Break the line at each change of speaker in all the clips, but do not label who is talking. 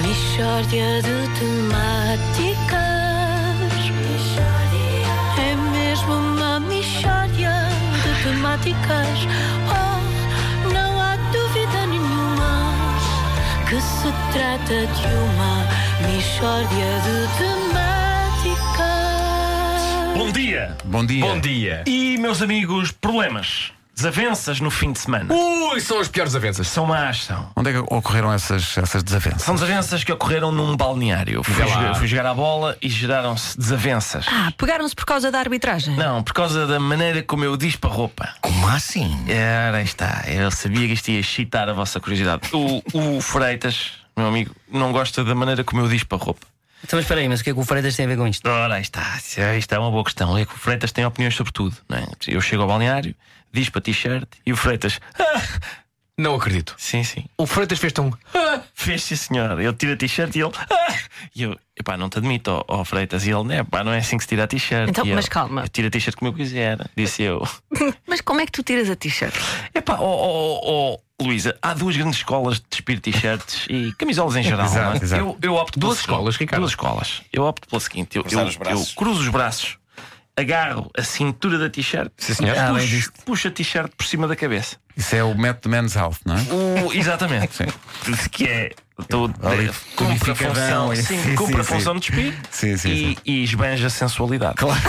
Mistória de temáticas. É mesmo uma mistória de temáticas. Oh, não há dúvida nenhuma que se trata de uma mistória de temáticas.
Bom dia!
Bom dia.
Bom dia.
E, meus amigos, problemas, desavenças no fim de semana.
Ui, são as piores avenças.
São más, são.
Onde é que ocorreram essas, essas desavenças?
São desavenças que ocorreram num balneário. Fui,
Vê lá.
jogar, fui jogar à bola e geraram-se desavenças.
Ah, pegaram-se por causa da arbitragem?
Não, por causa da maneira como eu dispo a roupa. É,
Como assim?
Ora, aí está. Eu sabia que isto ia excitar a vossa curiosidade. O, o Freitas, meu amigo, não gosta da maneira como eu dispo a roupa.
Então, mas espera aí, mas o que é que o Freitas tem a ver com isto?
Ora, aí está. Aí está uma boa questão. É que o Freitas tem opiniões sobre tudo. Não é? Eu chego ao balneário, dispo a t-shirt e o Freitas. "Ah!"
Não acredito.
Sim, sim.
O Freitas um- fez tão.
"Ah!" Fez sim, senhor. Eu tiro a t-shirt e ele. "Ah!" E eu, epá, não te admito, ó ó, Freitas. E ele, né, pá, não é assim que se tira a t-shirt.
Então,
E eu,
mas calma.
Eu tiro a t-shirt como eu quiser, disse eu.
Mas como é que tu tiras a t-shirt?
Epá, ó, ó, ó, ó, Luísa, há duas grandes escolas de despir t-shirts e camisolas em geral.
Exato,
não é?
exato.
Eu, eu opto pela
Duas
seguinte-
escolas, Ricardo.
Duas escolas. Eu opto pela seguinte: eu, eu, eu cruzo os braços, agarro a cintura da t-shirt,
Sim, senhor.
e
Ah,
bem
puxo, puxo a t-shirt por cima da cabeça.
Isso é o método Men's Health, não é?
O- exatamente. que é. Tô,
Ali,
cumpre a
tonificadão,
função,
é.
sim,
Sim,
cumpre a
sim,
função
sim.
de despir
Sim, sim,
e,
sim.
e esbanja a sensualidade. Claro,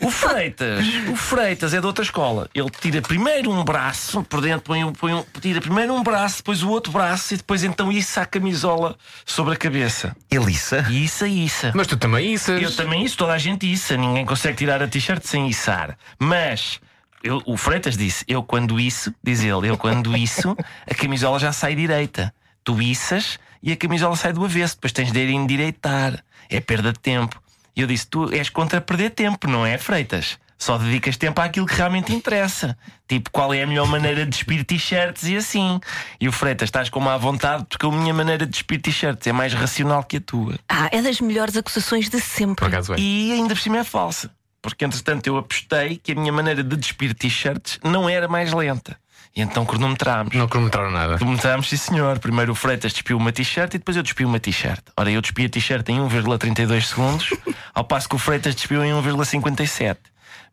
o Freitas, o Freitas é de outra escola. Ele tira primeiro um braço por dentro, põe um, põe um- tira primeiro um braço, depois o outro braço e depois então isso a camisola sobre a cabeça.
Elissa.
E isso, é isso.
Mas tu também isso.
Eu também isso, toda a gente issa, ninguém consegue tirar a t-shirt sem içar. Mas eu- o Freitas disse: eu quando isso, diz ele, eu quando isso, a camisola já sai direita. Tu iças e a camisola sai do avesso, depois tens de ir endireitar. É perda de tempo. E eu disse: tu és contra perder tempo, não é, Freitas? Só dedicas tempo àquilo que realmente interessa. Tipo, qual é a melhor maneira de despir t-shirts e assim. E o Freitas, estás com má vontade porque a minha maneira de despir t-shirts é mais racional que a tua.
Ah, é das melhores acusações de
Por
sempre.
acaso é.
E ainda por cima é falsa. Porque entretanto eu apostei que a minha maneira de despir t-shirts não era mais lenta. E então cronometrámos.
Não cronometraram nada.
Cronometrámos, sim senhor. Primeiro o Freitas despiu uma t-shirt e depois eu despi uma t-shirt. Ora, eu despi a t-shirt em 1,32 segundos, ao passo que o Freitas despiu em 1,57.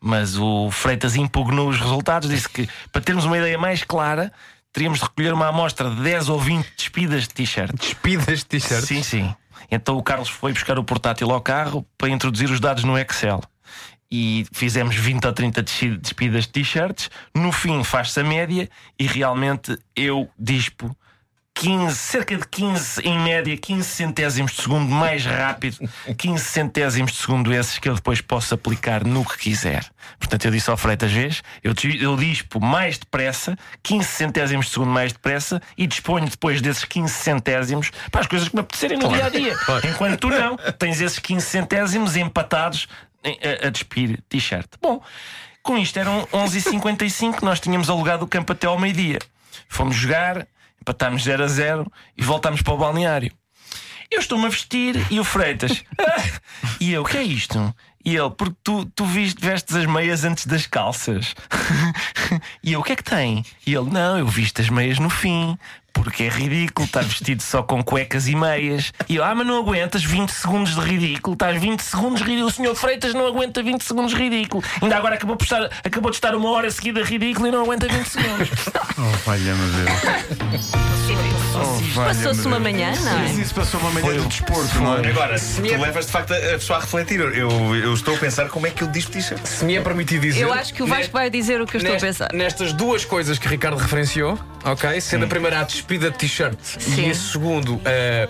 Mas o Freitas impugnou os resultados, disse que para termos uma ideia mais clara, teríamos de recolher uma amostra de 10 ou 20 despidas de t-shirt.
Despidas de t-shirt.
Sim, sim. Então o Carlos foi buscar o portátil ao carro para introduzir os dados no Excel. E fizemos 20 ou 30 desci- despidas de t-shirts. No fim, faz-se a média e realmente eu dispo 15, cerca de 15, em média, 15 centésimos de segundo mais rápido, 15 centésimos de segundo esses que eu depois posso aplicar no que quiser. Portanto, eu disse ao Freitas Vez, eu, dis- eu dispo mais depressa, 15 centésimos de segundo mais depressa, e disponho depois desses 15 centésimos para as coisas que me apetecerem no dia a dia.
Claro.
Enquanto tu não, tens esses 15 centésimos empatados em- a, a despir t-shirt. Bom, com isto eram 11h55, nós tínhamos alugado o campo até ao meio-dia. Fomos jogar, empatámos 0 a 0 e voltámos para o balneário. Eu estou-me a vestir e o Freitas. "Ah!" e eu, o que é isto? E ele, porque tu, tu viste, vestes as meias antes das calças. e eu, o que é que tem? E ele, não, eu visto as meias no fim, porque é ridículo estar vestido só com cuecas e meias. E eu, ah, mas não aguentas 20 segundos de ridículo, estás 20 segundos ridículo. O senhor Freitas não aguenta 20 segundos de ridículo. Ainda agora acabou, por estar, acabou de estar uma hora seguida ridículo e não aguenta 20 segundos.
Oh, valha-me Deus.
Passou-se uma manhã, não é?
Mas isso passou uma manhã de desporto, não é?
Agora, se tu levas de facto a a pessoa a refletir, eu, eu estou a pensar como é que eu dispo t-shirt.
Se me é permitido dizer.
Eu acho que o Vasco vai dizer o que eu estou a
Nest-
pensar.
Nestas duas coisas que Ricardo referenciou, ok? Sendo a primeira a despida de t-shirt e a segundo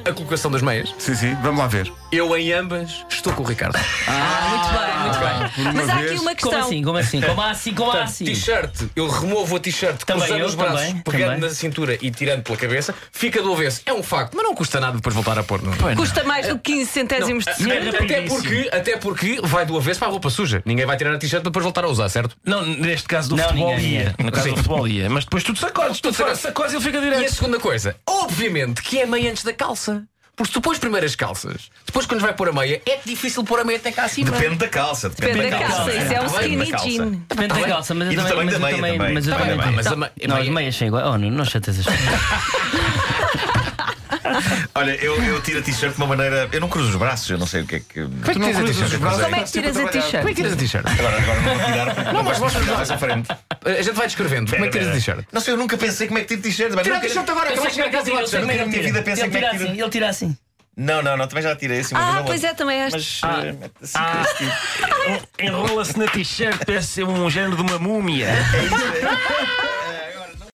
a, a colocação das meias,
Sim, sim, vamos lá ver.
eu em ambas estou com o Ricardo.
Ah, muito bem, muito bem. Mas há aqui uma
Como
questão.
assim? Como assim? Como assim? Como assim?
T-shirt, eu removo a t-shirt,
Também
cruzando
eu,
os braços,
também,
pegando
também.
na cintura e tirando pela cabeça, fica do avesso. É um facto, mas não custa nada depois voltar a pôr, não.
Custa mais do que 15 centésimos de
é
segundo.
Até- até,
rapidíssimo.
porque, até porque vai do avesso para a roupa suja. Ninguém vai tirar a t-shirt para depois voltar a usar, certo?
Não, neste caso do
Não,
futebol
ninguém,
ia.
ninguém.
No caso
Sim.
do futebol ia. Mas depois tu te sacodes, tu te
sacodes.
sacodes, sacodes e ele fica
E a
direto.
segunda coisa, obviamente que é a meia antes da calça. Porque se tu pões primeiro as calças, depois quando vai pôr a meia, é difícil pôr a meia até cá acima.
Depende da calça.
Depende da calça, isso é um
Depende
skinny
da calça.
jean.
Depende da calça, mas
Tá E
eu
do
também. Mas eu
tamanho da meia
também.
também.
Mas eu
Tá bem,
também.
bem, mas
Não,
a me- a
Não, as
meia-
meias são iguais. Oh, não, não chateias as
Olha, eu, eu tiro a t-shirt de uma maneira. Eu não cruzo os braços, eu não sei o que é que.
Como é que tiras a
cruzas os
t-shirt?
braços.
Como é que tiras a t-shirt?
Como é que tiras a t-shirt?
Agora, agora não vou tirar porque não,
mas
gosto de
mostra-nos lá.
mais à frente.
A gente vai descrevendo. Como é que tiras a
Pera,
t-shirt?
Não sei, eu nunca pensei como é que tiro t-shirt. mas
Tira a
nunca-
t-shirt agora,
Eu sei
acabei de
como
chegar
é
a
que ele
casa e
tira,
lá
eu sei
de
como é que
Na
ele
minha
tira.
vida pensei
Ele
como é
tira
que tira.
assim, ele tira assim.
Não, não, não, também já tirei assim uma vez
Ah,
ou
pois
outra.
é, também é esta.
Mas.
Ah.
eh, mete assim,
Ah.
assim.
Enrola-se na t-shirt, parece ser um género de uma múmia.